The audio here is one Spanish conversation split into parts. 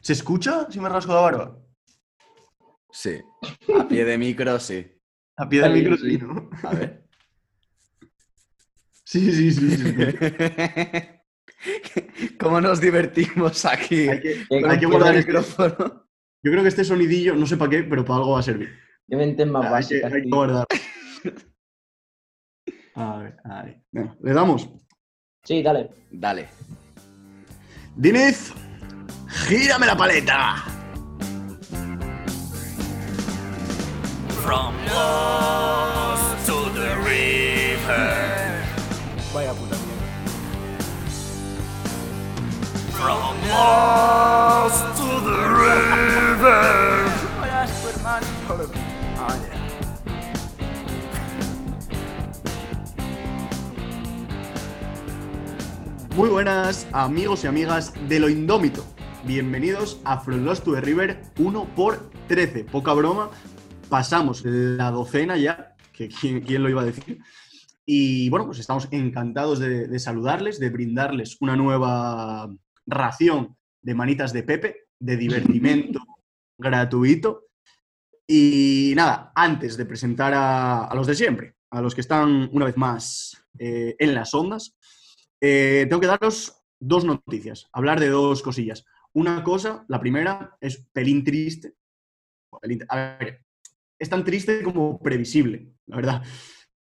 ¿Se escucha si me rasco la barba? Sí. A pie de micro, sí. A pie del Ahí, micro, sí. sí, ¿no? A ver. Sí, sí, sí. sí. ¿Cómo nos divertimos aquí? Hay que- Qué- con hay que un guardar puto este- micrófono. Yo creo que este sonidillo, no sé para qué, pero para algo va a servir. Qué mentes más Hay que, básicas. hay que tío. guardar. A ver, a ver. Venga, Le damos. Sí, dale. Dale. Diniz, gírame la paleta. From lost to the river. Vaya puta mierda. From lost to the river. Hola, Superman. Hola. Ah, ya. Muy buenas, amigos y amigas de lo indómito. Bienvenidos a From Lost to the River 1 por 13. Poca broma, pasamos la docena ya, que quién, quién lo iba a decir. Y bueno, pues estamos encantados de, de saludarles, de brindarles una nueva ración de manitas de Pepe, de divertimento gratuito. Y nada, antes de presentar a, a los de siempre, a los que están una vez más eh, en las ondas, eh, tengo que daros dos noticias, hablar de dos cosillas. Una cosa, la primera, es pelín triste. Pelín- A ver, es tan triste como previsible, la verdad.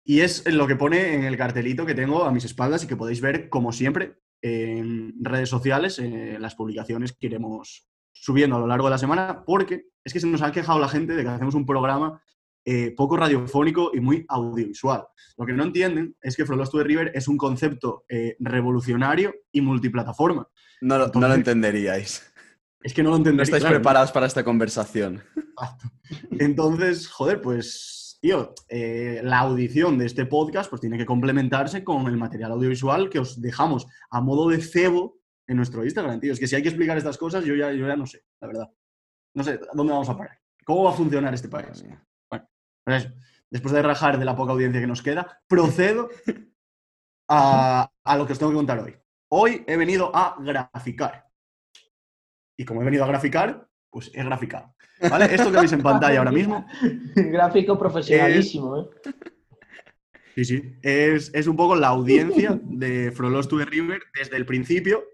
Y es lo que pone en el cartelito que tengo a mis espaldas y que podéis ver, como siempre, en redes sociales, en las publicaciones que iremos subiendo a lo largo de la semana, porque es que se nos ha quejado la gente de que hacemos un programa eh, poco radiofónico y muy audiovisual. Lo que no entienden es que From Lost to the River es un concepto eh, revolucionario y multiplataforma. No lo, no lo entenderíais. Es que no lo entendéis. No estáis claro. preparados para esta conversación. Entonces, joder, pues, tío, eh, la audición de este podcast pues tiene que complementarse con el material audiovisual que os dejamos a modo de cebo en nuestro Instagram, tío. Es que si hay que explicar estas cosas, yo ya, yo ya no sé, la verdad. No sé, ¿a ¿dónde vamos a parar? ¿Cómo va a funcionar este país? Pues eso, después de rajar de la poca audiencia que nos queda, procedo a, a lo que os tengo que contar hoy. Hoy he venido a graficar. Y como he venido a graficar, pues he graficado. ¿Vale? Esto que veis en pantalla ahora mismo Gráfico profesionalísimo, ¿eh? Sí, sí. Es, es un poco la audiencia de Frolos to the River desde el principio,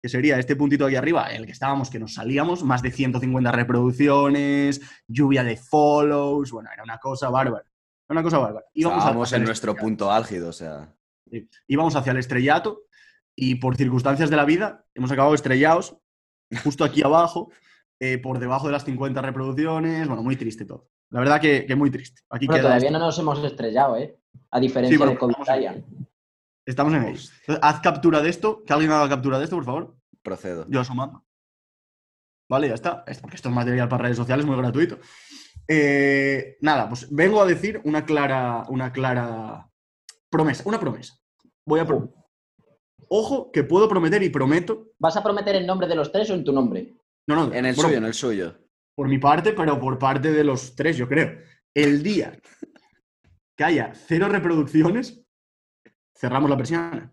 que sería este puntito aquí arriba, en el que estábamos, que nos salíamos, más de 150 reproducciones, lluvia de follows, bueno, era una cosa bárbara. Era Una cosa bárbara. Íbamos a- Estábamos hacia en el nuestro estrellato. punto álgido, o sea. Sí. Íbamos hacia el estrellato y por circunstancias de la vida hemos acabado estrellados justo aquí abajo, eh, por debajo de las 50 reproducciones. Bueno, muy triste todo. La verdad que, que muy triste. Aquí Bueno, queda todavía esto. no nos hemos estrellado, ¿eh? A diferencia bueno, de COVID vamos a ver. Ryan. Estamos en ello. Entonces, Haz captura de esto. Que alguien haga captura de esto, por favor. Procedo. Yo asomando. Vale, ya está. Es porque esto es material para redes sociales muy gratuito. Eh, nada, pues vengo a decir una clara, una clara promesa. Una promesa. Voy a pro- Ojo, que puedo prometer y prometo. ¿Vas a prometer el nombre de los tres o en tu nombre? No, no, En el bueno, suyo, en el suyo. por mi parte, pero por parte de los tres, yo creo. El día que haya cero reproducciones, cerramos la persiana.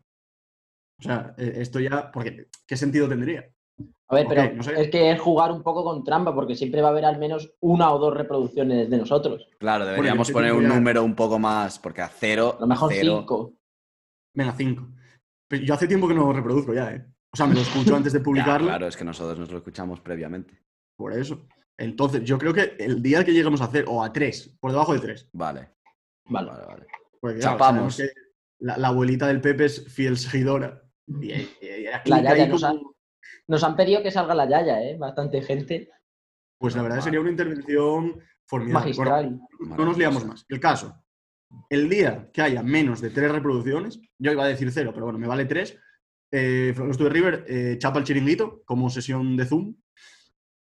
O sea, eh, esto ya, porque ¿qué sentido tendría? A ver, Ok, pero no sé. es que es jugar un poco con trampa, porque siempre va a haber al menos una o dos reproducciones de nosotros. Claro, yo deberíamos estoy poner un viendo ya- número un poco más, porque a cero. A lo mejor cero- cinco. Venga, cinco. Pero yo hace tiempo que no lo reproduzco ya, ¿eh? O sea, me lo escucho antes de Ya, publicarlo, claro, es que nosotros nos lo escuchamos previamente. por eso. Entonces, yo creo que el día que lleguemos a hacer, o a tres, por debajo de tres. Vale, Vale. vale, vale. Porque, Chapamos. sabemos que la, la abuelita del Pepe es fiel seguidora. Y, y- y aquí La caí Yaya nos, como- han- nos han pedido que salga la Yaya, ¿eh? Bastante gente. Pues la verdad sería una intervención formidable. Bueno, Magistral. no nos liamos más. El caso. El día que haya menos de tres reproducciones, yo iba a decir cero, pero bueno, me vale tres. Eh, From Lost to the River eh, chapa el chiringuito como sesión de Zoom.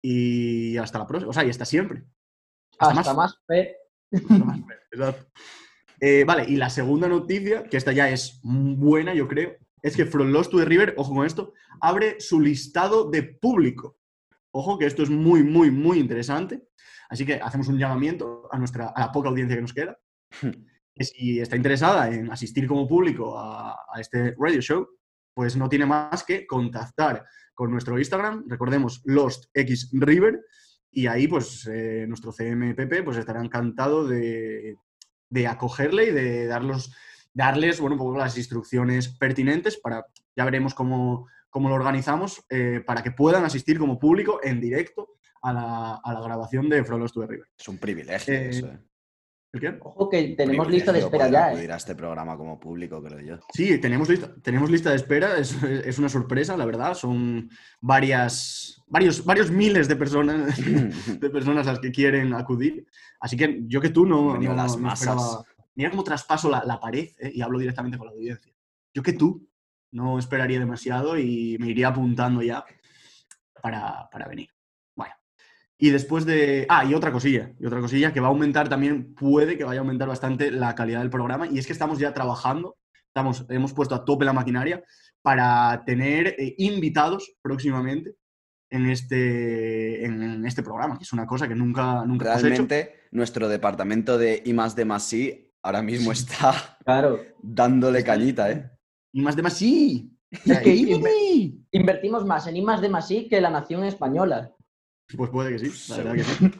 Y hasta la próxima. O sea, y hasta siempre. Hasta, más. más, Pep. Exacto. Eh, vale, y la segunda noticia, que esta ya es buena, yo creo, es que From Lost to the River, ojo con esto, abre su listado de público. Ojo que esto es muy, muy, muy interesante. Así que hacemos un llamamiento a, nuestra, a la poca audiencia que nos queda. Que si está interesada en asistir como público a, a este radio show, pues no tiene más que contactar por nuestro Instagram, recordemos Lost X River, y ahí pues eh, nuestro CMPP pues estará encantado de, de acogerle y de darlos, darles bueno, un poco las instrucciones pertinentes para, ya veremos cómo, cómo lo organizamos, eh, para que puedan asistir como público en directo a la, a la grabación de From Lost to the River. Es un privilegio Eh, eso, ¿eh? ¿El qué? Ojo que tenemos Privilegio lista de espera poder ya, ¿eh? acudir a este programa como público, creo yo. Sí, tenemos lista, tenemos lista de espera, es, es una sorpresa, la verdad, son varias, varios, varios miles de personas, de personas las que quieren acudir, así que yo que tú no, Han venido no- las no esperaba- masas. Mira cómo traspaso la, la pared eh, y hablo directamente con la audiencia. Yo que tú no esperaría demasiado y me iría apuntando ya para, para venir. Bueno, y después de... Ah, y otra cosilla, y otra cosilla que va a aumentar también, puede que vaya a aumentar bastante la calidad del programa, y es que estamos ya trabajando, estamos, hemos puesto a tope la maquinaria para tener eh, invitados próximamente en este, en, en este programa, que es una cosa que nunca, nunca hemos hecho. Realmente, nuestro departamento de I más D más I ahora mismo está Claro. dándole cañita, ¿eh? Y más de más, sí. Es que Y- inve- invertimos más en I más D más I que la nación española. Pues puede que sí, la verdad que sí.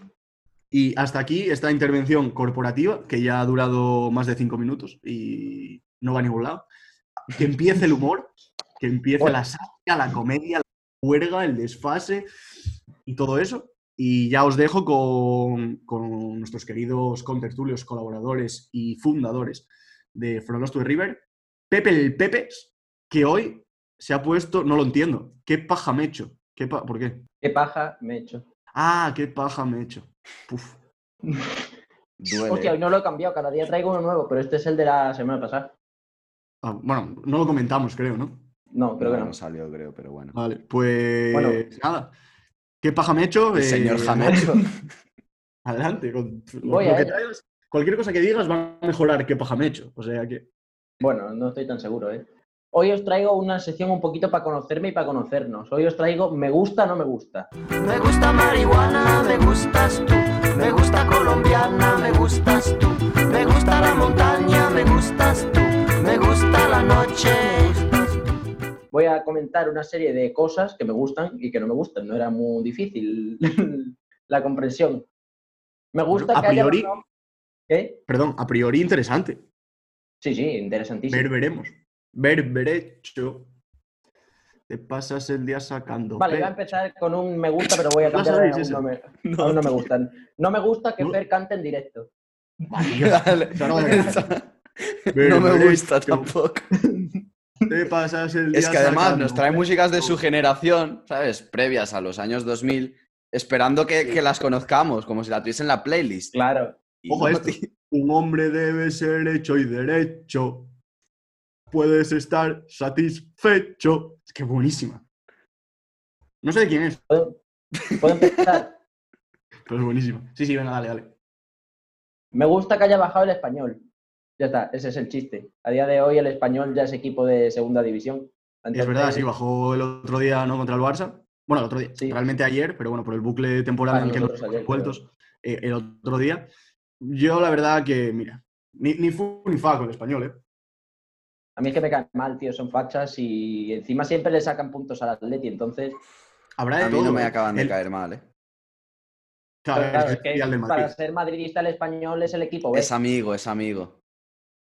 Y hasta aquí esta intervención corporativa, que ya ha durado más de cinco minutos y no va a ningún lado. Que empiece el humor, que empiece la sátira, la comedia, la juerga, el desfase y todo eso. Y ya os dejo con, con nuestros queridos contertulios, colaboradores y fundadores de From Lost to River, Pepe el Pepes, que hoy se ha puesto, no lo entiendo, qué paja me he hecho, qué pa- ¿por qué? Qué paja me he hecho. Ah, qué paja me he hecho. Puf. Duele. Hostia, hoy no lo he cambiado, cada día traigo uno nuevo, pero este es el de la semana pasada. Ah, bueno, no lo comentamos, creo, ¿no? No, creo No, que no. Ah, no salió, creo, pero bueno. Vale, pues Bueno. nada. ¿Qué paja me he hecho? El Eh, señor Jamecho. Adelante, con lo- Voy lo a que ello. traigas. Cualquier cosa que digas va a mejorar qué paja me he hecho. O sea que. Bueno, no estoy tan seguro, ¿eh? Hoy os traigo una sección un poquito para conocerme y para conocernos. Hoy os traigo me gusta, no me gusta. Me gusta marihuana, me gustas tú. Me gusta colombiana, me gustas tú. Me gusta la montaña, me gustas tú. Me gusta la noche. Voy a comentar una serie de cosas que me gustan y que no me gustan. No era muy difícil la comprensión. Me gusta a que haya priori- razón- ¿Qué? Perdón, a priori interesante. Sí, sí, interesantísimo. Ver, veremos. Ver, verecho. Te pasas el día sacando. Vale, voy a pe- empezar con un me gusta, pero voy a No cambiar sabéis a un eso. no me, a un no me gustan. No me gusta que No. Fer cante en directo. Dale. Ya no voy a Ver, No me gusta verecho, tampoco. Te pasas el día Es que además sacando nos trae pe- músicas de su generación, ¿sabes? Previas a los años 2000, esperando que, que las conozcamos, como si la tuviesen en la playlist. Claro. Y Ojo a no, esto. tío. Un hombre debe ser hecho y derecho. Puedes estar satisfecho. Es que buenísima. No sé de quién es, ¿Puedo, puedo empezar? pero es buenísima. Sí, sí, venga, dale, dale. me gusta que haya bajado el español. Ya está, ese es el chiste. A día de hoy el español ya es equipo de segunda división. Es Entonces, verdad, sí, bajó el otro día, ¿no? Contra el Barça. Bueno, el otro día, Sí. realmente ayer, pero bueno, por el bucle temporal Para en el que nos nosotros ayer, envueltos eh, el otro día. Yo, la verdad, que, mira, ni, ni fu ni fa con el español, ¿eh? A mí es que me caen mal, tío, son fachas y encima siempre le sacan puntos al Atleti, entonces... Habrá de a mí todo, no me ¿eh? acaban de El- caer mal, ¿eh? Claro, claro, Ah, es es que el del Madrid. para ser madridista el español es el equipo, ¿ves? Es amigo, es amigo.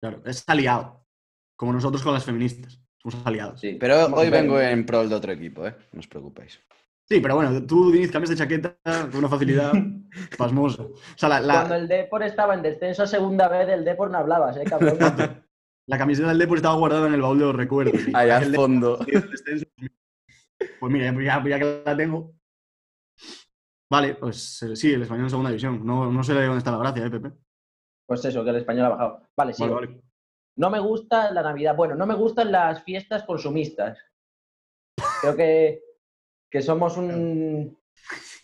Claro, es aliado. Como nosotros con las feministas. Somos aliados. Sí. Pero Bueno, hoy pero- vengo en prol de otro equipo, ¿eh? No os preocupéis. Sí, pero bueno, tú, Diniz, cambias de chaqueta con una facilidad pasmosa. O sea, la, la- Cuando el Depor estaba en descenso a segunda vez, del Depor no hablabas, ¿eh, cabrón? la camiseta del Depor estaba guardada en el baúl de los recuerdos. Y Allá al aquel fondo. Depor, el descenso, Pues mira, ya, ya que la tengo. Vale, pues eh, sí, el español en segunda división. No, no sé dónde está la gracia, ¿eh, Pepe? Pues eso, que el español ha bajado. Vale, sí. Vale, vale. No me gusta la Navidad. Bueno, no me gustan las fiestas consumistas. Creo que, que somos un...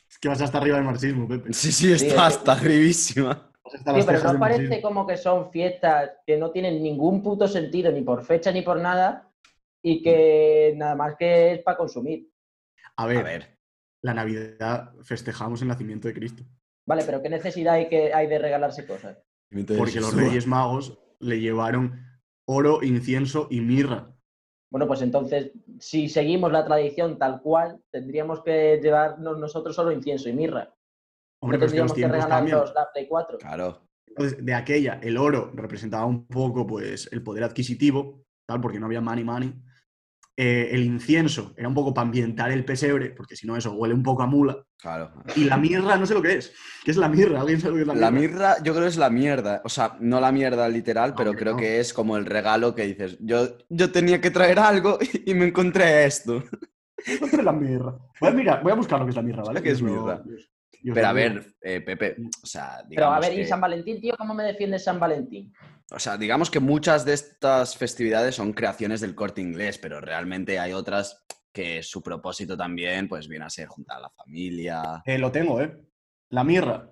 Es que vas hasta arriba del marxismo, Pepe. Sí, sí, Sí, está es- hasta arribísima. Vas hasta Tío, las pero cejas no del parece marxismo. como que son fiestas que no tienen ningún puto sentido, ni por fecha ni por nada, y que nada más que es para consumir. A A ver, ver, la Navidad festejamos el nacimiento de Cristo. Vale, pero ¿qué necesidad hay, que, hay de regalarse cosas? Porque los Reyes Magos le llevaron oro, incienso y mirra. Bueno, pues entonces, si seguimos la tradición tal cual, tendríamos que llevarnos nosotros solo incienso y mirra. Hombre, no pero es que los tendríamos que tiempos cambian. regalarnos la Play 4. Claro. Entonces, pues, de aquella, el oro representaba un poco pues, el poder adquisitivo, tal, porque no había money money. Eh, el incienso era un poco para ambientar el pesebre, porque si no eso huele un poco a mula. Claro. Y la mirra, no sé lo que es. ¿Qué es la mirra? ¿Alguien sabe lo que es la mirra? La mirra, yo creo que es la mierda. O sea, no la mierda literal, pero Hombre, creo no. que es como el regalo que dices, yo, yo tenía que traer algo y me encontré esto. Encontré la mirra. Voy a, mirar, voy a buscar lo que es la mirra, ¿vale? ¿Qué es Yo- mirra? yo- yo- Pero a ver, eh, Pepe, o sea, digamos Pero a ver, ¿y que- San Valentín, tío? ¿Cómo me defiende San Valentín? O sea, digamos que muchas de estas festividades son creaciones del corte inglés, pero realmente hay otras que su propósito también pues viene a ser juntar a la familia. Eh, lo tengo, ¿eh? La mirra.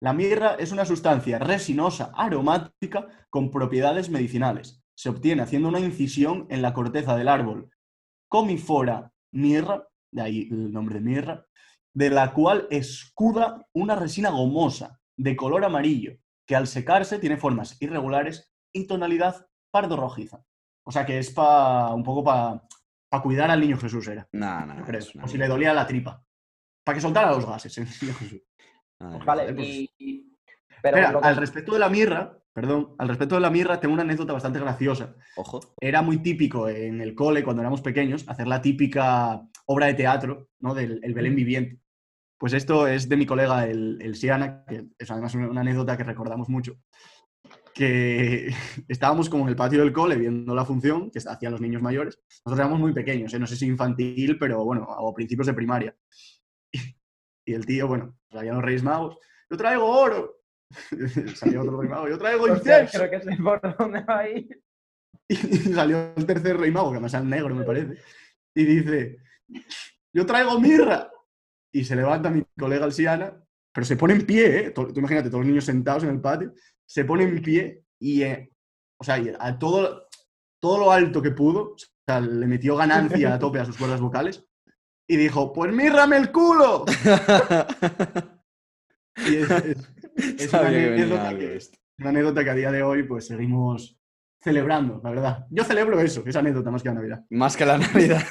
La mirra es una sustancia resinosa aromática con propiedades medicinales. Se obtiene haciendo una incisión en la corteza del árbol comifora mirra, de ahí el nombre de mirra, de la cual escuda una resina gomosa de color amarillo que al secarse tiene formas irregulares y tonalidad pardo rojiza. O sea que es pa, un poco para cuidar al niño Jesús, era. Nada, Ah, nada. No creo. O si le dolía la tripa. Para que soltara los gases. en sí, Jesús. Vale, pues- y- y- Pero Espera, lo que- al respecto de la mirra, perdón, al respecto de la mirra, tengo una anécdota bastante graciosa. Ojo. Era muy típico en el cole, cuando éramos pequeños, hacer la típica obra de teatro, ¿no? Del el Belén viviente. Pues esto es de mi colega, el, el Siana, que es además una una anécdota que recordamos mucho. Que estábamos como en el patio del cole viendo la función que hacían los niños mayores. Nosotros éramos muy pequeños, ¿eh? no sé si infantil, pero bueno, o principios de primaria. Y el tío, bueno, traían los Reyes Magos. Yo traigo oro. Salió otro Rey Mago. Yo traigo Hostia, incienso. creo que sé por dónde va a ir. Y salió el tercer rey mago, que además era negro, me parece. Y dice, yo traigo mirra. Y se levanta mi colega alciana, pero se pone en pie, ¿eh? To- Tú imagínate, todos los niños sentados en el patio, se pone en pie y, eh, o sea, y a todo, todo lo alto que pudo, o sea, le metió ganancia a tope a sus cuerdas vocales y dijo, pues mírrame el culo. Y es, es- es una Sabía que venía anécdota algo que- de esto. una anécdota que a día de hoy pues seguimos celebrando, la verdad. Yo celebro eso, esa anécdota más que la Navidad. Más que la Navidad.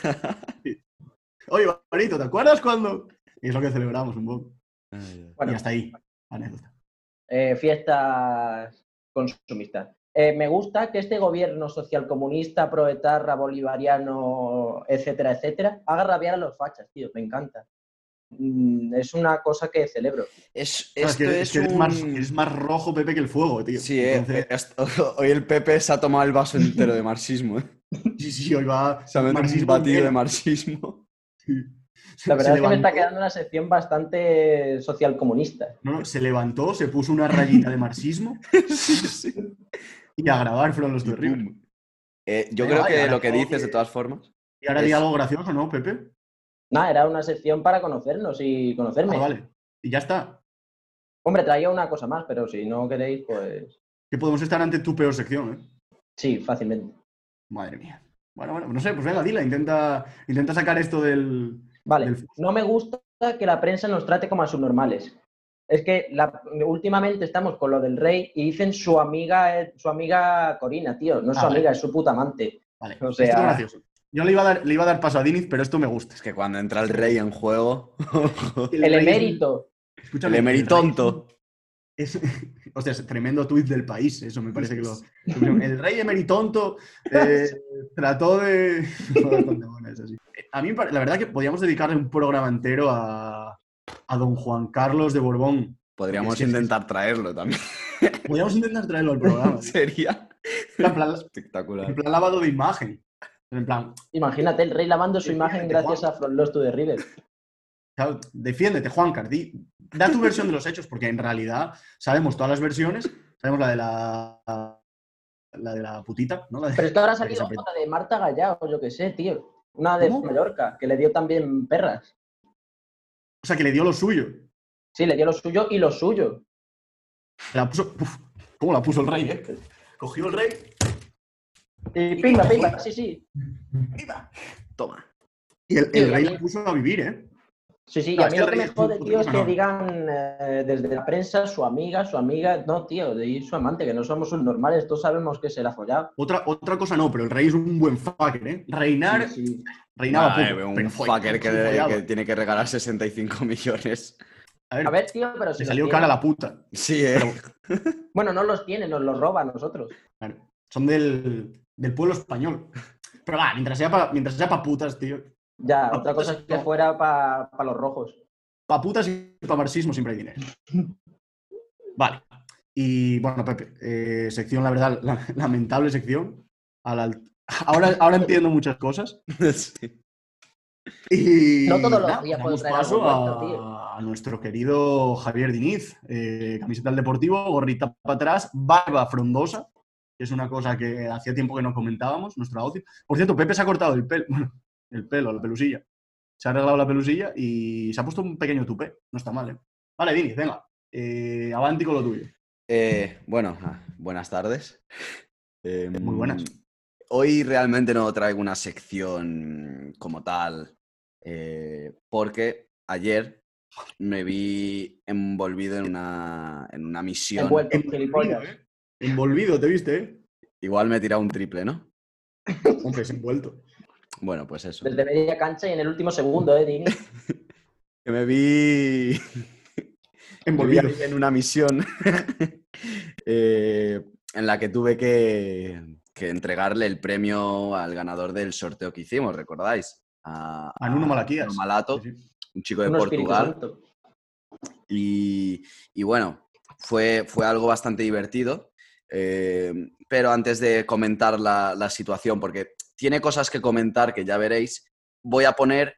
Oye, Barbarito, ¿te acuerdas cuando? Y es lo que celebramos un poco. Bueno, Y hasta ahí, anécdota. eh, fiestas consumistas. Eh, me gusta que este gobierno socialcomunista, proetarra, bolivariano, etcétera, etcétera, haga rabiar a los fachas, tío, me encanta. Mm, es una cosa que celebro. Es, Claro, es esto que, es, es que eres, un- más, eres más rojo, Pepe, que el fuego, tío. Sí, eh, Entonces, esto- hoy el Pepe se ha tomado el vaso entero de marxismo. eh. sí, sí, hoy va Se ha metido un marxismo batido de entero. marxismo. Se- La verdad se es que me está levantó- quedando una sección bastante socialcomunista. no, no, se levantó, se puso una rayita de marxismo Sí, sí. y a grabar fueron los dos River. Pum. Eh, yo Venga, creo vale, que ahora lo que todo dices, de que- todas formas, Y ahora Es- di algo gracioso, ¿no, Pepe? Nada, era una sección para conocernos y Ah, conocerme. vale. Y ya está. Hombre, traía una cosa más, pero si no queréis, pues Que podemos estar ante tu peor sección, ¿eh? sí, fácilmente. Madre mía. Bueno, bueno, no sé, pues venga, dila, intenta, intenta sacar esto del. Vale, del- no me gusta que la prensa nos trate como a subnormales. Es que la- últimamente estamos con lo del rey y dicen su amiga, eh, su amiga Corina, tío. No es Ah, su vale. amiga, es su puta amante. Vale, O esto es sea- gracioso. Yo le iba, a dar, le iba a dar paso a Diniz, pero esto me gusta. es que cuando entra el rey en juego, El, El rey es- emérito. el Escúchame, emeritonto. el rey es- hostia, es tremendo tuit del país, eso me parece que lo. El rey emeritonto eh, trató de. Joder, cuánto mola, es así. A mí, me pare- la verdad, que podíamos dedicarle un programa entero a, a don Juan Carlos de Borbón. Podríamos Es que- intentar traerlo también. Podríamos intentar traerlo al programa. tío. Sería En plan, en espectacular. plan lavado de imagen. En plan, Imagínate el rey lavando su Sí, imagen fíjate, gracias Juan. a From Lost to the River. Claro, defiéndete, Juan Cardi. Da tu versión de los hechos, porque en realidad sabemos todas las versiones. Sabemos la de la, la, de la putita, ¿no? La de- Pero es que ahora ha la que se salido apretó. otra de Marta Gallao, yo qué sé, tío. Una de ¿Cómo? Mallorca, que le dio también perras. O sea, que le dio lo suyo. Sí, le dio lo suyo y lo suyo. La puso, uf, ¿Cómo la puso el rey, eh? Cogió el rey. Y pinga, pinga, sí, sí. Toma. Y el, Sí, el la rey mía. la puso a vivir, ¿eh? Sí, sí, No, y a es mí que lo que el me rey- jode, tío, es que no. digan eh, desde la prensa su amiga, su amiga. No, tío, de su amante, que no somos sus normales, todos sabemos que se la follaba. Otra, otra cosa no, pero el rey es un buen fucker, ¿eh? Reinar, Sí, sí. reinaba Madre, poco, un pero fue- fucker que, follaba. que tiene que regalar 65 millones. A ver, A ver, tío, pero si le los salió tiene- cara a la puta. Sí, eh. Bueno, no los tiene, nos los roba a nosotros. Claro, Son del, del pueblo español. Pero va, mientras sea para mientras sea pa putas, tío. Ya, Ah, otra cosa es pues, que no. fuera para los rojos. Pa putas y pa marxismo siempre hay dinero. Vale. Y bueno, Pepe, eh, sección, la verdad, la- lamentable sección. A la alt- ahora, ahora entiendo muchas cosas. Sí. Y No todos los nada, días puedo damos traer paso algo a, bueno, tío. a nuestro querido Javier Diniz, eh, camiseta del Deportivo, gorrita para atrás, barba frondosa, que es una cosa que hacía tiempo que no comentábamos, nuestra outfit. Por cierto, Pepe se ha cortado el pelo, bueno, el pelo, la pelusilla. Se ha arreglado la pelusilla y se ha puesto un pequeño tupé. No está mal, ¿eh? Vale, Diniz, venga. Eh, avanti con lo tuyo. Eh, bueno, ah, buenas tardes. Eh, Muy buenas. Hoy realmente no traigo una sección como tal, eh, porque ayer me vi envolvido en una, en una misión. Envuelto, gilipollas. ¿eh? Envolvido, te viste, ¿eh? Igual me he tirado un triple, ¿no? Hombre, es envuelto. Bueno, pues eso. Desde media cancha y en el último segundo, ¿eh, Dini? Que me vi Envolvido. en una misión eh, en la que tuve que, que entregarle el premio al ganador del sorteo que hicimos, ¿recordáis? A, A Nuno Malaquías. Nuno Malato, Sí, un chico de Un espíritu Portugal. santo. Y, y bueno, fue, fue algo bastante divertido. eh, pero antes de comentar la, la situación, porque tiene cosas que comentar que ya veréis, voy a poner,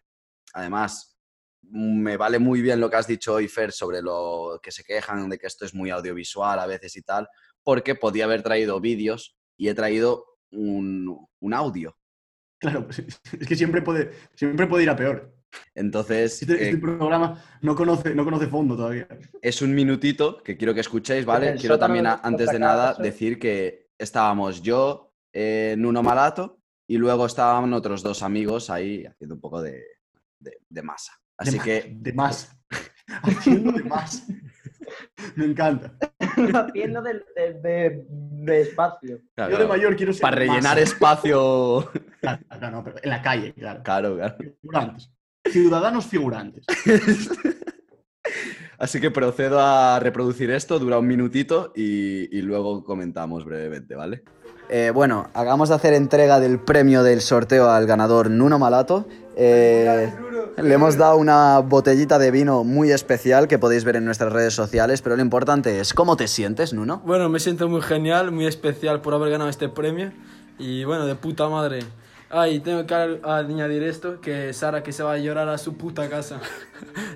además, mm, me vale muy bien lo que has dicho hoy, Fer, sobre lo que se quejan de que esto es muy audiovisual a veces y tal, porque podía haber traído vídeos y he traído un, un audio. Claro, pues, es que siempre puede, siempre puede ir a peor. Entonces, Este, eh, este programa no conoce, no conoce fondo todavía. es un minutito que quiero que escuchéis, ¿vale? En el Quiero sótano también, de a- nuestra antes de casa. nada, decir que estábamos yo, eh, Nuno Malato, y luego estaban otros dos amigos ahí haciendo un poco de, de- de masa. Así de que, Más, de más. Haciendo de más. Me encanta. Haciendo de, de, de- de espacio. claro, Yo de mayor quiero ser. para rellenar más. espacio... Claro, claro, no, pero en la calle, claro. claro, claro. Figurantes. Ciudadanos figurantes. Así que procedo a reproducir esto, dura un minutito y, y luego comentamos brevemente, ¿vale? Eh, bueno, acabamos de hacer entrega del premio del sorteo al ganador Nuno Malato. Eh, le hemos dado una botellita de vino muy especial que podéis ver en nuestras redes sociales, pero lo importante es cómo te sientes, Nuno. Bueno, me siento muy genial, muy especial por haber ganado este premio. Y bueno, de puta madre. Ay, tengo que al- añadir esto, que Sara que se va a llorar a su puta casa.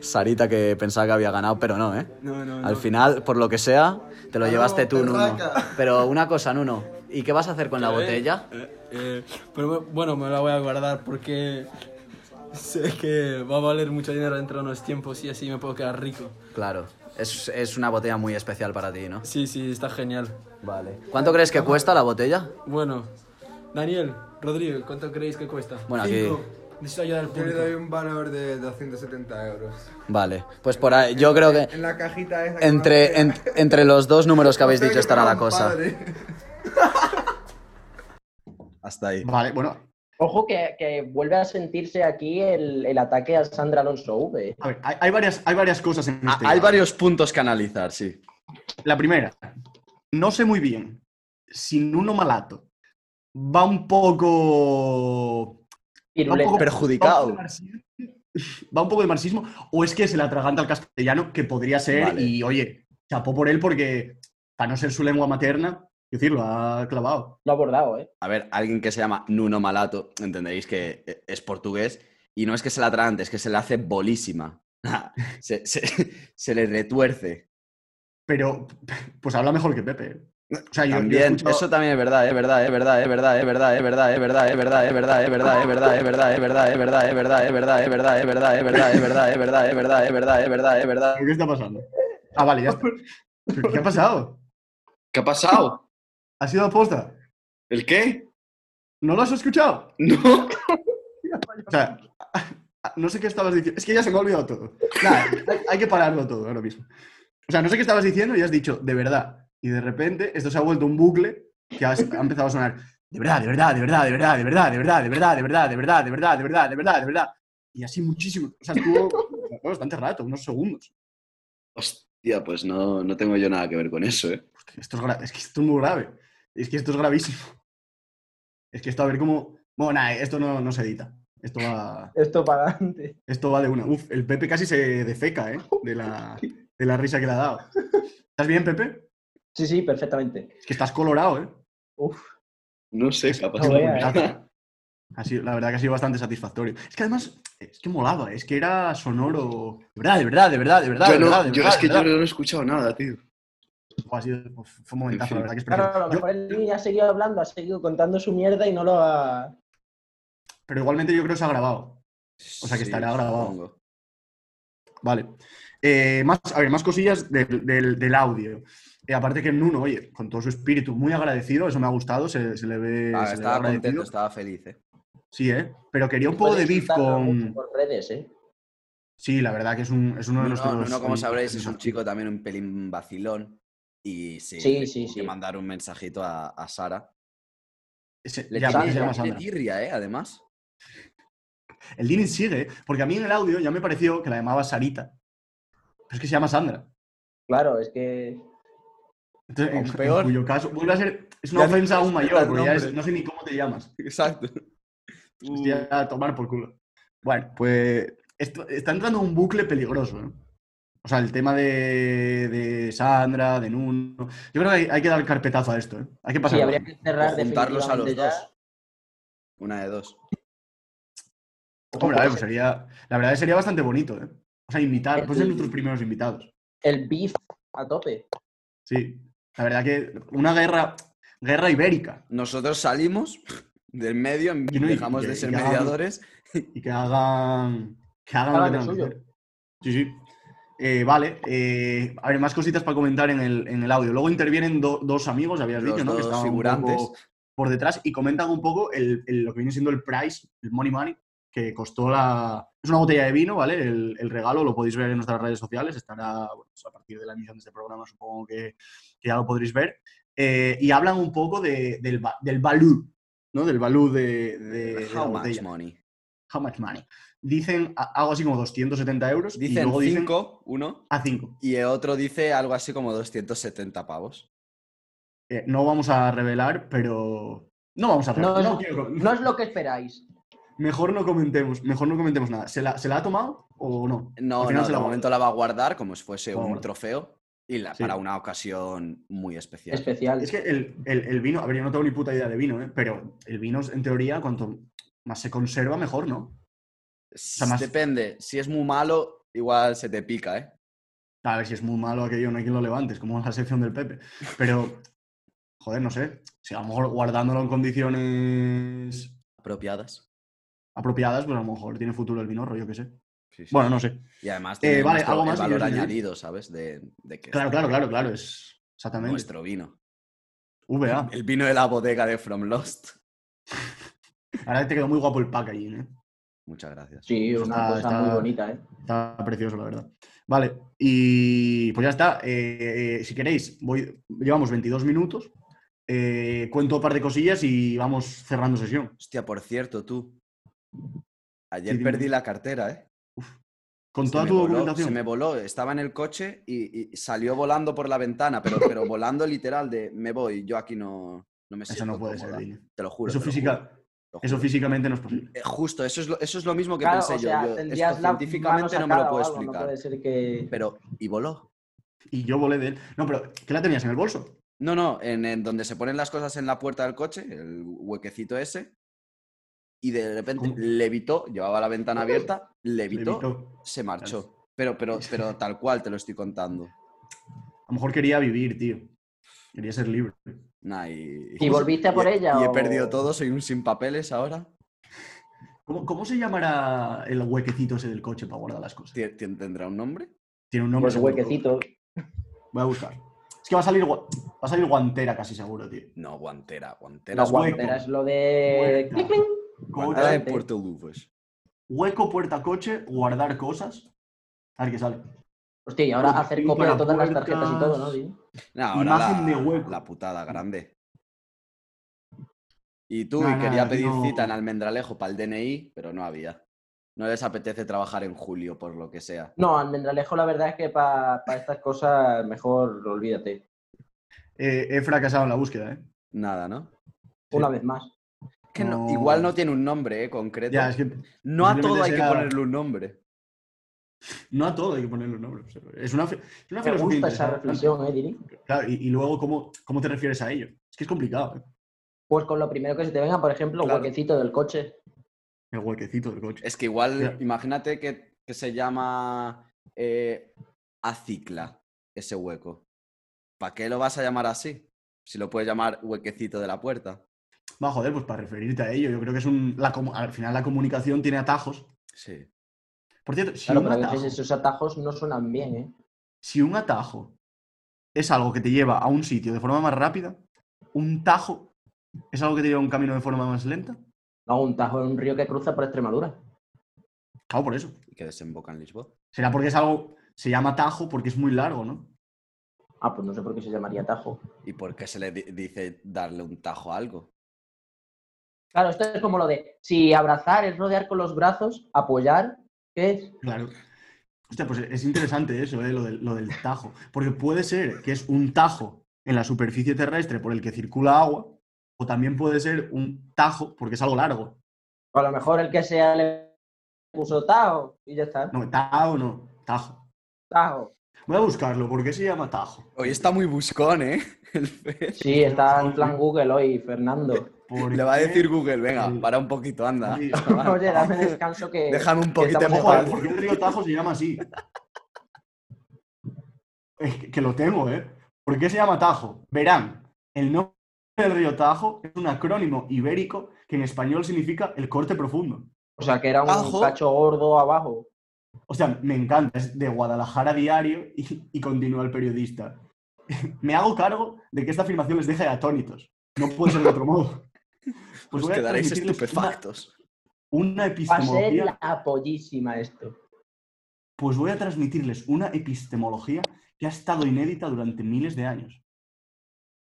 Sarita que pensaba que había ganado, pero no, ¿eh? No, no, Al no. final, por lo que sea, te lo Ah, no, llevaste tú, Nuno. perraca. Pero una cosa, Nuno, ¿y qué vas a hacer con la botella? Eh, eh, pero bueno, me la voy a guardar porque sé que va a valer mucho dinero dentro de unos tiempos y así me puedo quedar rico. Claro, es, es una botella muy especial para ti, ¿no? Sí, sí, está genial. Vale. ¿Cuánto crees que cuesta la botella? Bueno, Daniel, Rodrigo, ¿cuánto creéis que cuesta? Bueno, aquí. Necesito ayudar al Yo le público. doy un valor de 270 euros. Vale. Pues por ahí, yo creo que En la cajita esa. que entre, me en- entre los dos números que habéis dicho estará la Compadre. cosa. Hasta ahí. Vale, bueno, Ojo que, que vuelve a sentirse aquí el, el ataque a Sandra Alonso V. eh. a ver, hay, hay varias, hay varias cosas en este. Ah, hay varios puntos que analizar, sí. La primera, no sé muy bien si Nuno Malato va un poco Piruleta. Tampoco- Perjudicado. Va un poco de marxismo- Va un poco de marxismo, o es que se le atraganta al castellano, que podría ser, Vale. y oye, chapó por él porque, para no ser su lengua materna, quiero decir, lo ha clavado. Lo ha abordado, ¿eh? A ver, alguien que se llama Nuno Malato, entenderéis que eh, es portugués, y no es que se la tragante, es que se la hace bolísima. se, se- se le retuerce. Pero, pues habla mejor que Pepe. O sea, yo- yo he También, escuchado- eso también es verdad, es verdad, es verdad, es verdad, es verdad, es verdad, es verdad, es verdad, es verdad, es verdad, es verdad, es verdad, es verdad, es verdad, es verdad, es verdad, es verdad, es verdad, es verdad, es verdad, es verdad, es verdad, es verdad, es verdad, es verdad. ¿Qué está pasando? Ah, vale, ya está. ¿Pero ¿Qué ha pasado? ¿Qué ha pasado? ¿Ha sido aposta? ¿El qué? ¿No lo has escuchado? No. O sea, Ah, No sé qué estabas diciendo. Es que ya se me ha olvidado todo. Nada, hay, hay que pararlo todo ahora mismo. O sea, no sé qué estabas diciendo y has dicho, de verdad. Y de repente esto se ha vuelto un bucle que has- ha empezado a sonar. De verdad, de verdad, de verdad, de verdad, de verdad, de verdad, de verdad, de verdad, de verdad, de verdad, de verdad, de verdad, de verdad. Y así muchísimo. O sea, estuvo bueno, bastante rato, unos segundos. Hostia, pues no, no tengo yo nada que ver con eso, ¿eh? Esto es, gra- es que esto es muy grave. Es que esto es gravísimo. Es que esto a ver cómo... Bueno, nada, esto no, no se edita. Esto va... Esto para adelante. Esto va de una. Uf, el Pepe casi se defeca, ¿eh? De la, de la risa que le ha dado. ¿Estás bien, Pepe? Sí, sí, perfectamente. Es que estás colorado, ¿eh? No sé, capaz. No de vea, ¿eh? nada. Ha sido- la verdad que ha sido bastante satisfactorio. Es que además, es que molaba, es que era sonoro. De verdad, de verdad, de verdad, de verdad. Yo de no- verdad, de yo- verdad, es que de yo verdad. no he escuchado nada, tío. Fue, ha sido- fue un momentazo, la En fin. verdad que es Claro, a lo precioso. Yo- mejor el niño ha seguido hablando, ha seguido contando su mierda y no lo ha. pero igualmente yo creo que se ha grabado. O sea, que estará grabado. Vale. Eh, más, a ver, más cosillas del, del- del audio. Eh, aparte que Nuno, oye, con todo su espíritu, muy agradecido, eso me ha gustado, se, se le ve, se le ve Ah, estaba agradecido. contento, estaba feliz, ¿eh? Sí, ¿eh? Pero quería un poco de Puedes beef insultarlo con... mucho Por redes, ¿eh? Sí, la verdad que es, un, es uno de Nuno, nuestros... Nuno, como sabréis, es un nuestros- chico también un pelín vacilón. Y sí, Sí, le sí, tengo que sí. mandar un mensajito a, a Sara. Ese- Le ya, tiene, se le llama tiene Sandra. tirria, ¿eh? Además. El Dinin sigue, ¿eh? porque a mí en el audio ya me pareció que la llamaba Sarita. Pero es que se llama Sandra. Claro, es que. Entonces, en, Aún peor. en cuyo caso vuelve a ser... Es una Ya ni ofensa sabes aún el mayor, porque ya nombre. es- no sé ni cómo te llamas. Exacto. Hostia, Pues a tomar por culo. Bueno, pues esto- está entrando un bucle peligroso, ¿no? O sea, el tema de, de Sandra, de Nuno... Yo creo que hay, hay que dar carpetazo a esto, ¿eh. Hay que pasar. Sí, habría que cerrar juntarlos a los definitivamente ya. dos. Una de dos. Hombre, a ver, pues sería, la verdad es que sería bastante bonito, ¿eh? O sea, invitar, pues ser nuestros primeros invitados. El beef a tope. Sí, la verdad que una guerra, guerra ibérica. Nosotros salimos del medio, Y no, y- dejamos y- de ser y hagamos- mediadores. Y que hagan, que hagan lo que Hagan lo tengan que suyo. hacer. Sí, sí. Eh, vale, eh, a ver, más cositas para comentar en el, en el audio. Luego intervienen do- dos amigos, habías Los dicho, ¿no? Que dos estaban un figurantes. poco por detrás y comentan un poco el, el- lo que viene siendo el price, el money money, que costó la... Es una botella de vino, ¿vale? El, el regalo lo podéis ver en nuestras redes sociales, estará bueno, pues a partir de la emisión de este programa, supongo que, que ya lo podréis ver. Eh, y hablan un poco de- del, va- del value, ¿no? Del value de, eh, de- de la How much botella. money? How much money. Dicen a- algo así como 270 euros y Dicen luego dicen 5, uno, a 5. y el otro dice algo así como 270 pavos. Eh, no vamos a revelar, pero... No vamos a No, revelar. no. quiero- No es lo que esperáis. Mejor no comentemos, mejor no comentemos nada. ¿Se la, ¿se la ha tomado o no? Al No, final no, se de la momento la va a guardar como si fuese La va a un guardar. trofeo y la, Sí. para una ocasión muy especial. Especial. Es que el, el- el vino, a ver, yo no tengo ni puta idea de vino, ¿eh? pero el vino, en teoría, cuanto más se conserva, mejor, ¿no? sea, más- Depende, si es muy malo, igual se te pica, ¿eh? A ver si es muy malo aquello, no hay quien lo levante, es como la sección del Pepe. Pero, joder, no sé, si a lo mejor guardándolo en condiciones Apropiadas. apropiadas, pues a lo mejor tiene futuro el vino, rollo que sé. Sí, sí. Bueno, no sé. y además eh, tiene vale, nuestro- algo el más que valor quieras añadir. añadido, ¿sabes? De, de que Claro, es claro, claro, claro, es exactamente. nuestro vino. VA. El vino de la bodega de From Lost. Ahora te quedó muy guapo el packaging, ¿eh? Muchas gracias. Sí, una Está- cosa está- muy bonita, ¿eh? Está precioso, la verdad. Vale, y pues ya está. Eh, eh, si queréis, voy, llevamos 22 minutos. Eh, cuento un par de cosillas y vamos cerrando sesión. Hostia, por cierto, tú. Ayer Sí, dime. perdí la cartera, ¿eh? Con Se toda me tu voló, documentación. Se me voló, estaba en el coche y, y salió volando por la ventana, pero, pero volando literal de me voy, yo aquí no, no me siento Eso no puede ser, cómoda". Dini. Te lo juro. Eso, te lo física- juro, te lo eso juro. físicamente no es posible. Eh, Justo, eso es lo, eso es lo mismo que Claro, pensé o yo, sea, yo. esto tendrías la científicamente no mano me lo sacada o puedo algo, explicar. No puede ser que. Pero, y voló. Y yo volé de él. No, pero ¿qué la tenías en el bolso? No, no, en, en donde se ponen las cosas en la puerta del coche, el huequecito ese, y de repente ¿Cómo? levitó, llevaba la ventana abierta, levitó, Levitó. se marchó. Pero, pero, pero tal cual te lo estoy contando. A lo mejor quería vivir, tío. Quería ser libre. Nah, y, ¿Y volviste a por y he- ella Y he o- perdido todo, soy un sin papeles ahora. ¿Cómo, cómo se llamará el huequecito ese del coche para guardar las cosas? ¿Tie- tien- ¿Tendrá un nombre? Tiene un nombre. Los seguro. huequecitos. Voy a buscar. Es que va a salir, gua- va a salir guantera casi seguro, tío. No, guantera. Guantera La es hueco. guantera es lo de. Hueca. ¡Cling, cling! guantera de Guantera. Puerto Luvos. hueco, puerta, coche, guardar cosas. A ver qué sale. Hostia, y ahora Pues hacer aquí copia de para todas las tarjetas y puertas. todo, ¿no, tío? Nah, ahora Imagen la, de hueco. la putada grande. Y tú, Nah, y quería nah, pedir no. cita en Almendralejo para el DNI, pero no había. No les apetece trabajar en julio, por lo que sea. No, Almendralejo, la verdad es que para estas cosas mejor olvídate. Eh, he fracasado en la búsqueda, ¿eh? Nada, ¿no? Una vez más. Que no- No. igual no tiene un nombre eh, concreto. Ya, es que no a todo posiblemente hay que sea- ponerle un nombre. no a todo hay que ponerle un nombre. o sea, Es una, fi- es una Me filosofía gusta esa interesante. reflexión, ¿eh, Diri? Claro, y, y luego, ¿cómo, ¿cómo te refieres a ello? Es que es complicado, ¿eh? Pues con lo primero que se te venga, por ejemplo, Claro. huequecito del coche. El huequecito del coche. Es que igual, Ya. imagínate que, que se llama eh, acicla ese hueco. ¿Para qué lo vas a llamar así? Si lo puedes llamar huequecito de la puerta. Va, joder, pues para referirte a ello, yo creo que es un. la comu- al final, la comunicación tiene atajos. Sí. Por cierto, si, Claro, un pero a atajo, veces esos atajos no suenan bien, ¿eh? si un atajo es algo que te lleva a un sitio de forma más rápida, un tajo es algo que te lleva a un camino de forma más lenta. No, un tajo es un río que cruza por Extremadura. Claro, por eso. Y que desemboca en Lisboa. Será porque es algo. Se llama tajo porque es muy largo, ¿no? Ah, pues no sé por qué se llamaría tajo. ¿Y por qué se le di- dice darle un tajo a algo? Claro, esto es como lo de si abrazar es rodear con los brazos, apoyar, ¿qué es? Claro. Hostia, pues es interesante eso, ¿eh? lo, del, lo del tajo. Porque puede ser que es un tajo en la superficie terrestre por el que circula agua, o también puede ser un tajo porque es algo largo. A lo mejor el que sea le puso tajo y ya está. No, tajo no, tajo. Tajo. Voy a buscarlo, ¿por qué se llama tajo? Hoy está muy buscón, ¿eh? El Fer. Sí, está en plan Google hoy, Fernando. ¿Por Le va a qué- decir Google, venga, Sí. para un poquito, anda. Sí. chaval. Oye, dame descanso que. Déjame un que poquito en estamos Joder, paz. en- ¿por qué el río Tajo se llama así? Es que, que lo tengo, ¿eh? ¿Por qué se llama Tajo? Verán, el nombre del río Tajo es un acrónimo ibérico que en español significa el corte profundo. O sea, que era un Tajo. cacho gordo abajo. O sea, me encanta, es de Guadalajara Diario y, y continúa el periodista. Me hago cargo de que esta afirmación les deje atónitos. No puede ser de otro modo. Pues Os voy a quedaréis transmitirles una- estupefactos. Una Va a ser epistemología la pollísima esto. Pues voy a transmitirles una epistemología que ha estado inédita durante miles de años.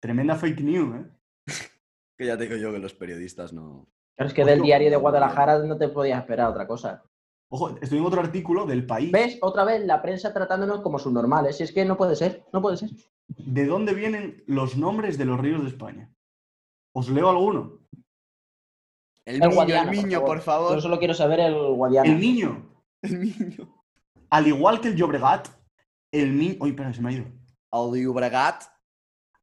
Tremenda fake news, ¿eh? Que ya te digo yo que los periodistas no. Pero es que Ojo. del diario de Guadalajara no te podías esperar otra cosa. Ojo, estoy en otro artículo del país. ¿Ves? Otra vez la prensa tratándonos como subnormales. Si es que no puede ser, no puede ser. ¿De dónde vienen los nombres de los ríos de España? Os leo alguno. El, niño, Guadiana, el niño, por Yo favor. solo quiero saber el Guadiana. El niño, El niño. al igual que el Llobregat, el niño. Oye, espera, se me ha ido. Audio Bragat.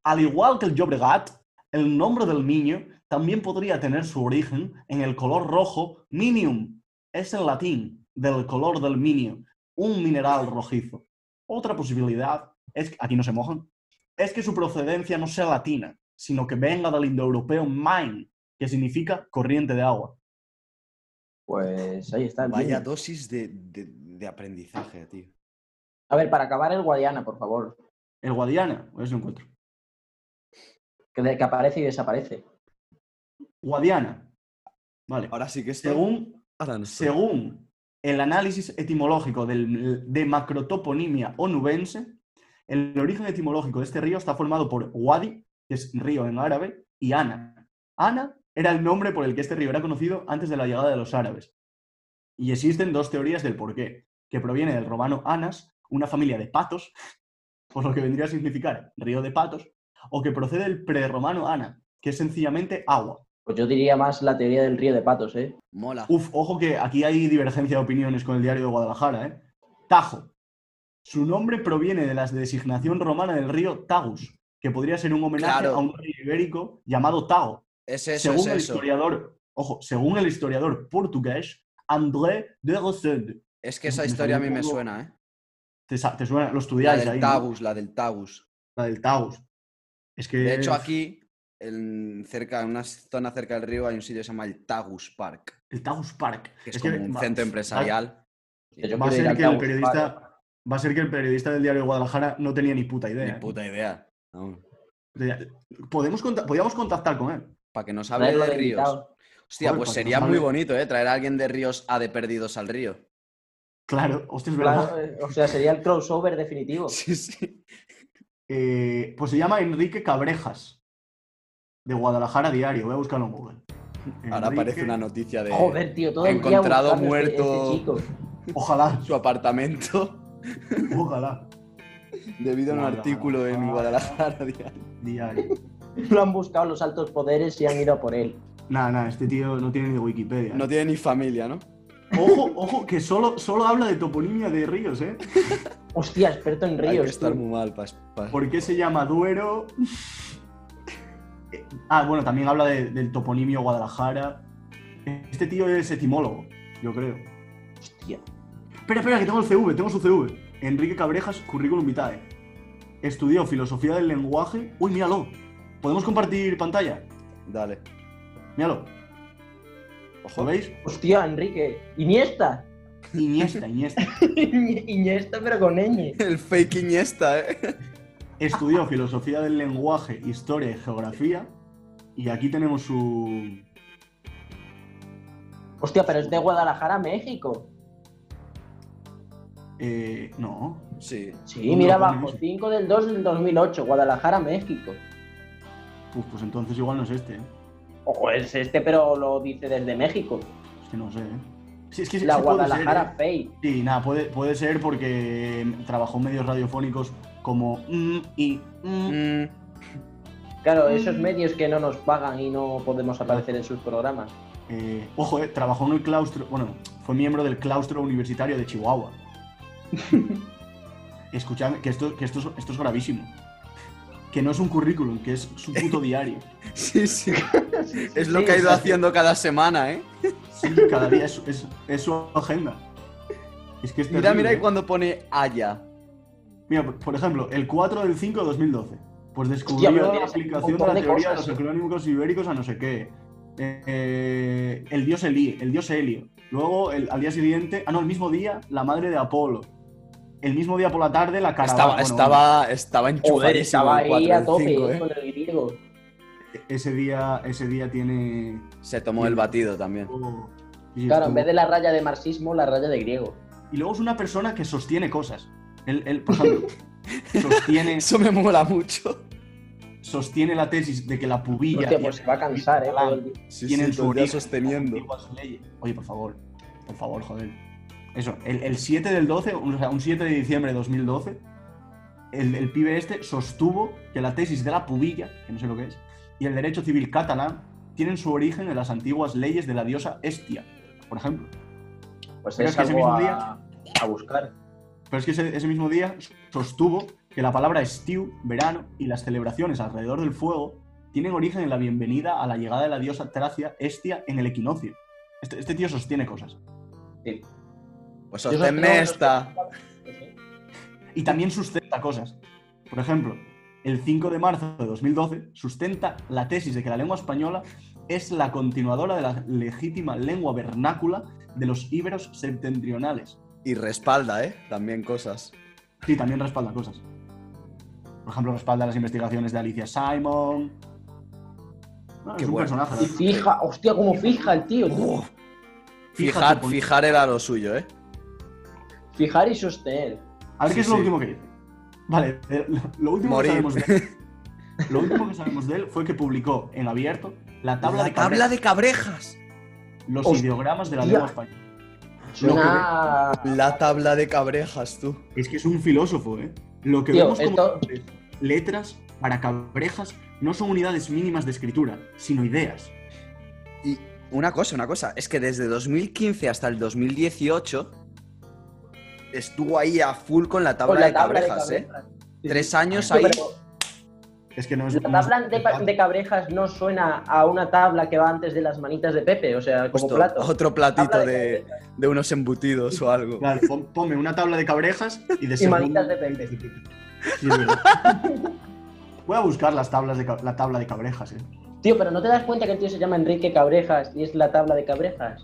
Al igual que el Llobregat, el nombre del niño también podría tener su origen en el color rojo minium. Es el latín del color del minio, un mineral rojizo. Otra posibilidad es que, aquí no se mojan, es que su procedencia no sea latina, sino que venga del indoeuropeo mine, que significa corriente de agua. Pues ahí está. el Vaya niño. dosis de, de- de aprendizaje, tío. A ver, para acabar el Guadiana, por favor. El Guadiana, a ver si lo encuentro. Que, de- que aparece y desaparece. Guadiana. Vale. Ahora sí que estoy. Según Ahora no estoy. Según el análisis etimológico del- de macrotoponimia onubense, el origen etimológico de este río está formado por Wadi, que es río en árabe, y Ana. Ana era el nombre por el que este río era conocido antes de la llegada de los árabes. Y existen dos teorías del porqué, que proviene del romano Anas, una familia de patos, por lo que vendría a significar río de patos, o que procede del prerromano Ana, que es sencillamente agua. Pues yo diría más la teoría del río de patos, ¿eh? Mola. Uf, ojo que aquí hay divergencia de opiniones con el diario de Guadalajara, ¿eh? Tajo. Su nombre proviene de la designación romana del río Tagus, que podría ser un homenaje Claro. a un río ibérico llamado Tago. Es eso, según el es eso. historiador, ojo, según el historiador portugués André de Rosende. Es que esa Me historia a mí salió un me poco- suena, ¿eh? ¿Te, sa- te suena? Lo La estudiáis del ahí, ¿no? Tagus, la del Tagus. La del Tagus. Es que De hecho, aquí, en, cerca, en una zona cerca del río, hay un sitio que se llama el Tagus Park, el Tagus Park. que es, como un centro empresarial. Que yo Va a quiero ir ser al que el Tagus, periodista... vale. Va a ser que el periodista del diario de Guadalajara no tenía ni puta idea. Ni ¿eh? puta idea. Vamos. De- Podemos conta- podíamos contactar con él. Para que nos hable Traerlo de de ríos. invitado. Hostia, Joder, pues pues sería no muy sabe. bonito, ¿eh? Traer a alguien de Ríos a de Perdidos al Río. Claro, hostia, es verdad. Claro, eh, o sea, sería el crossover definitivo. Sí, sí. Eh, pues se llama Enrique Cabrejas, de Guadalajara Diario. Voy a buscarlo en Google. Ahora Enrique- aparece una noticia de Joder, tío, todo el día encontrado buscando este- muerto. este chico. Ojalá, su apartamento ojalá. debido a un Guadalajara. artículo Ah. en Guadalajara Diario. Diario. Lo han buscado los altos poderes y han ido a por él. Nada, nada, este tío no tiene ni Wikipedia. eh. No tiene ni familia, ¿no? Ojo, ojo, que solo, solo habla de toponimia de ríos, ¿eh? Hostia, experto en Hay que ríos. estar tú. muy mal para... ¿Por qué se llama Duero? Eh, Ah, bueno, también habla de- del toponimio Guadalajara. Este tío es etimólogo, yo creo. Hostia. Espera, espera, que tengo el CV, tengo su CV. Enrique Cabrejas, currículum vitae. Estudió filosofía del lenguaje. Uy, míralo. ¿Podemos compartir pantalla? Dale. Míralo. ¿Lo Ojo. veis? Hostia, Enrique. Iniesta. Iniesta, Iniesta. Iniesta, pero con ñ. El fake Iniesta, ¿eh? Estudió filosofía del lenguaje, historia y geografía. Y aquí tenemos su. Hostia, pero es de Guadalajara, México. eh, no. Sí. Sí, No, mira no, abajo, no. 5 del 2 del 2008, Guadalajara, México. Uf, pues entonces igual no es este. ¿eh? Ojo, es este, pero lo dice desde México. Es que no sé. ¿eh? Sí, es que sí- La sí puede ser, Guadalajara ¿eh? Fey. Sí, nada, puede, puede ser porque em, trabajó en medios radiofónicos como mm, y mm, Mm, Claro, esos medios que no nos pagan y no podemos aparecer en sus programas. Eh, ojo, eh, trabajó en el claustro, bueno, fue miembro del claustro universitario de Chihuahua. Escuchadme, que, esto, que esto, es- esto es gravísimo. Que no es un currículum, que es su puto diario. sí, sí. Es lo sí, que ha ido o sea, haciendo cada semana, ¿eh? Sí, cada día es, es- es su agenda. Es que es Mira, terrible, mira y eh. cuando pone Aya. Mira, por- por ejemplo, el 4 del 5 de 2012. Pues Hostia, pero descubrió la tienes un aplicación de montón la de teoría de cosas, los eh. acrónimos ibéricos a no sé qué. Eh, eh, el dios Elí, el dios Helio. Luego, el- al día siguiente, ah, no, el mismo día, la madre de Apolo. El mismo día por la tarde, la caravana. Estaba, bueno, estaba, estaba Joder, enchufadísimo estaba el ahí 4 a del tope 5, con ¿eh? el griego. Ese día, ese día tiene. Se tomó el batido también. oh, sí, Claro, en estuvo- vez de la raya de marxismo, la raya de griego. Y luego es una persona que sostiene cosas. Él, él, por ejemplo, sostiene, Eso me mola mucho. sostiene la tesis de que la pubilla. Hostia, y- pues se va a cansar, eh. todo el día. Sí, tienen sí, su todo el día origen, sosteniendo. antiguas leyes. Oye, por favor, por favor, joder. Eso, el, el 7 del 12, o sea, un 7 de diciembre de 2012, el, el pibe este sostuvo que la tesis de la pubilla, que no sé lo que es, y el derecho civil catalán tienen su origen en las antiguas leyes de la diosa Estia, por ejemplo. Pues Pero es es que ese algo mismo a, día- a buscar. Pero es que ese, ese mismo día sostuvo que la palabra estiu, verano, y las celebraciones alrededor del fuego tienen origen en la bienvenida a la llegada de la diosa Tracia Estia en el equinoccio. Este- este tío sostiene cosas. Sí. Pues Yo solo sosténme tengo- esta. y también sustenta cosas. Por ejemplo, el 5 de marzo de 2012 sustenta la tesis de que la lengua española es la continuadora de la legítima lengua vernácula de los íberos septentrionales. Y respalda, ¿eh? También cosas. Sí, también respalda cosas. Por ejemplo, respalda las investigaciones de Alicia Simon. No, Qué es un bueno. personaje. Y fija, hostia, como fija el tío. tío. Uf. Fíjate, Fijar, pon- fijar era lo suyo, ¿eh? Fijar y sostener. A ver Sí, qué es lo sí. último que dice. Vale, eh, lo, lo último Morir. que sabemos de él. Lo último que sabemos de él fue que publicó en abierto la tabla de Cabrera. de cabrejas. los Hostia. ideogramas de la lengua española. Suena. La tabla de cabrejas, tú. Es que es un filósofo, ¿eh? Lo que Tío, vemos como esto- letras para cabrejas no son unidades mínimas de escritura, sino ideas. Y una cosa, una cosa, es que desde 2015 hasta el 2018 estuvo ahí a full con la tabla, con la de, tabla de cabrejas, ¿eh? cabrejas. Tres años Tío, ahí. pero Es que no es. La no es- tabla de, pa- de cabrejas no suena a una tabla que va antes de las manitas de Pepe, o sea, como Justo, plato. Otro platito Tabla de de, de unos embutidos o algo. Claro, pon- ponme una tabla de cabrejas y de Y segundo- manitas de Pepe. Sí, es verdad. Voy a buscar las tablas de ca- la tabla de cabrejas, ¿eh? Tío, pero ¿no te das cuenta que el tío se llama Enrique Cabrejas y es la tabla de cabrejas?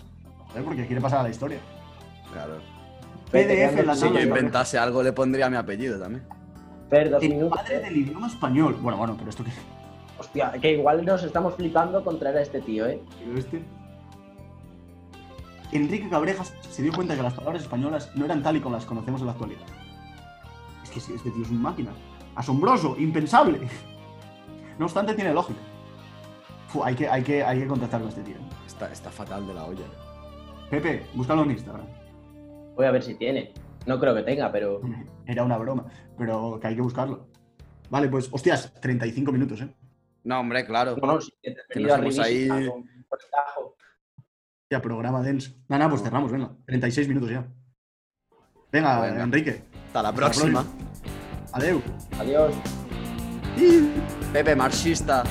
¿eh? Porque quiere pasar a la historia. Claro. PDF en la tabla Si de yo cabrejas. inventase algo le pondría mi apellido también. Fer, dos El minutos. padre del idioma español. Bueno, bueno, pero esto que. Hostia, que igual nos estamos flipando contra este tío, ¿eh? Pero este. Enrique Cabrejas se dio cuenta que las palabras españolas no eran tal y como las conocemos en la actualidad. Es que sí, este tío es un máquina. Asombroso, impensable. No obstante, tiene lógica. Fu, hay, que, hay, que, hay que contactar con este tío. Está, está fatal de la olla. ¿eh? Pepe, búscalo en Instagram. Voy a ver si tiene. No creo que tenga, pero. Mm. Era una broma, pero que hay que buscarlo. Vale, pues, hostias, 35 minutos, ¿eh? No, hombre, claro. No, no, sí, que te he Que venido nos hemos arribísima ahí- con- con el tajo. Ya, programa denso. Nada, pues cerramos, venga. 36 minutos ya. Venga, Venga. Enrique. Hasta la próxima. Adeu. Adiós. Pepe marxista.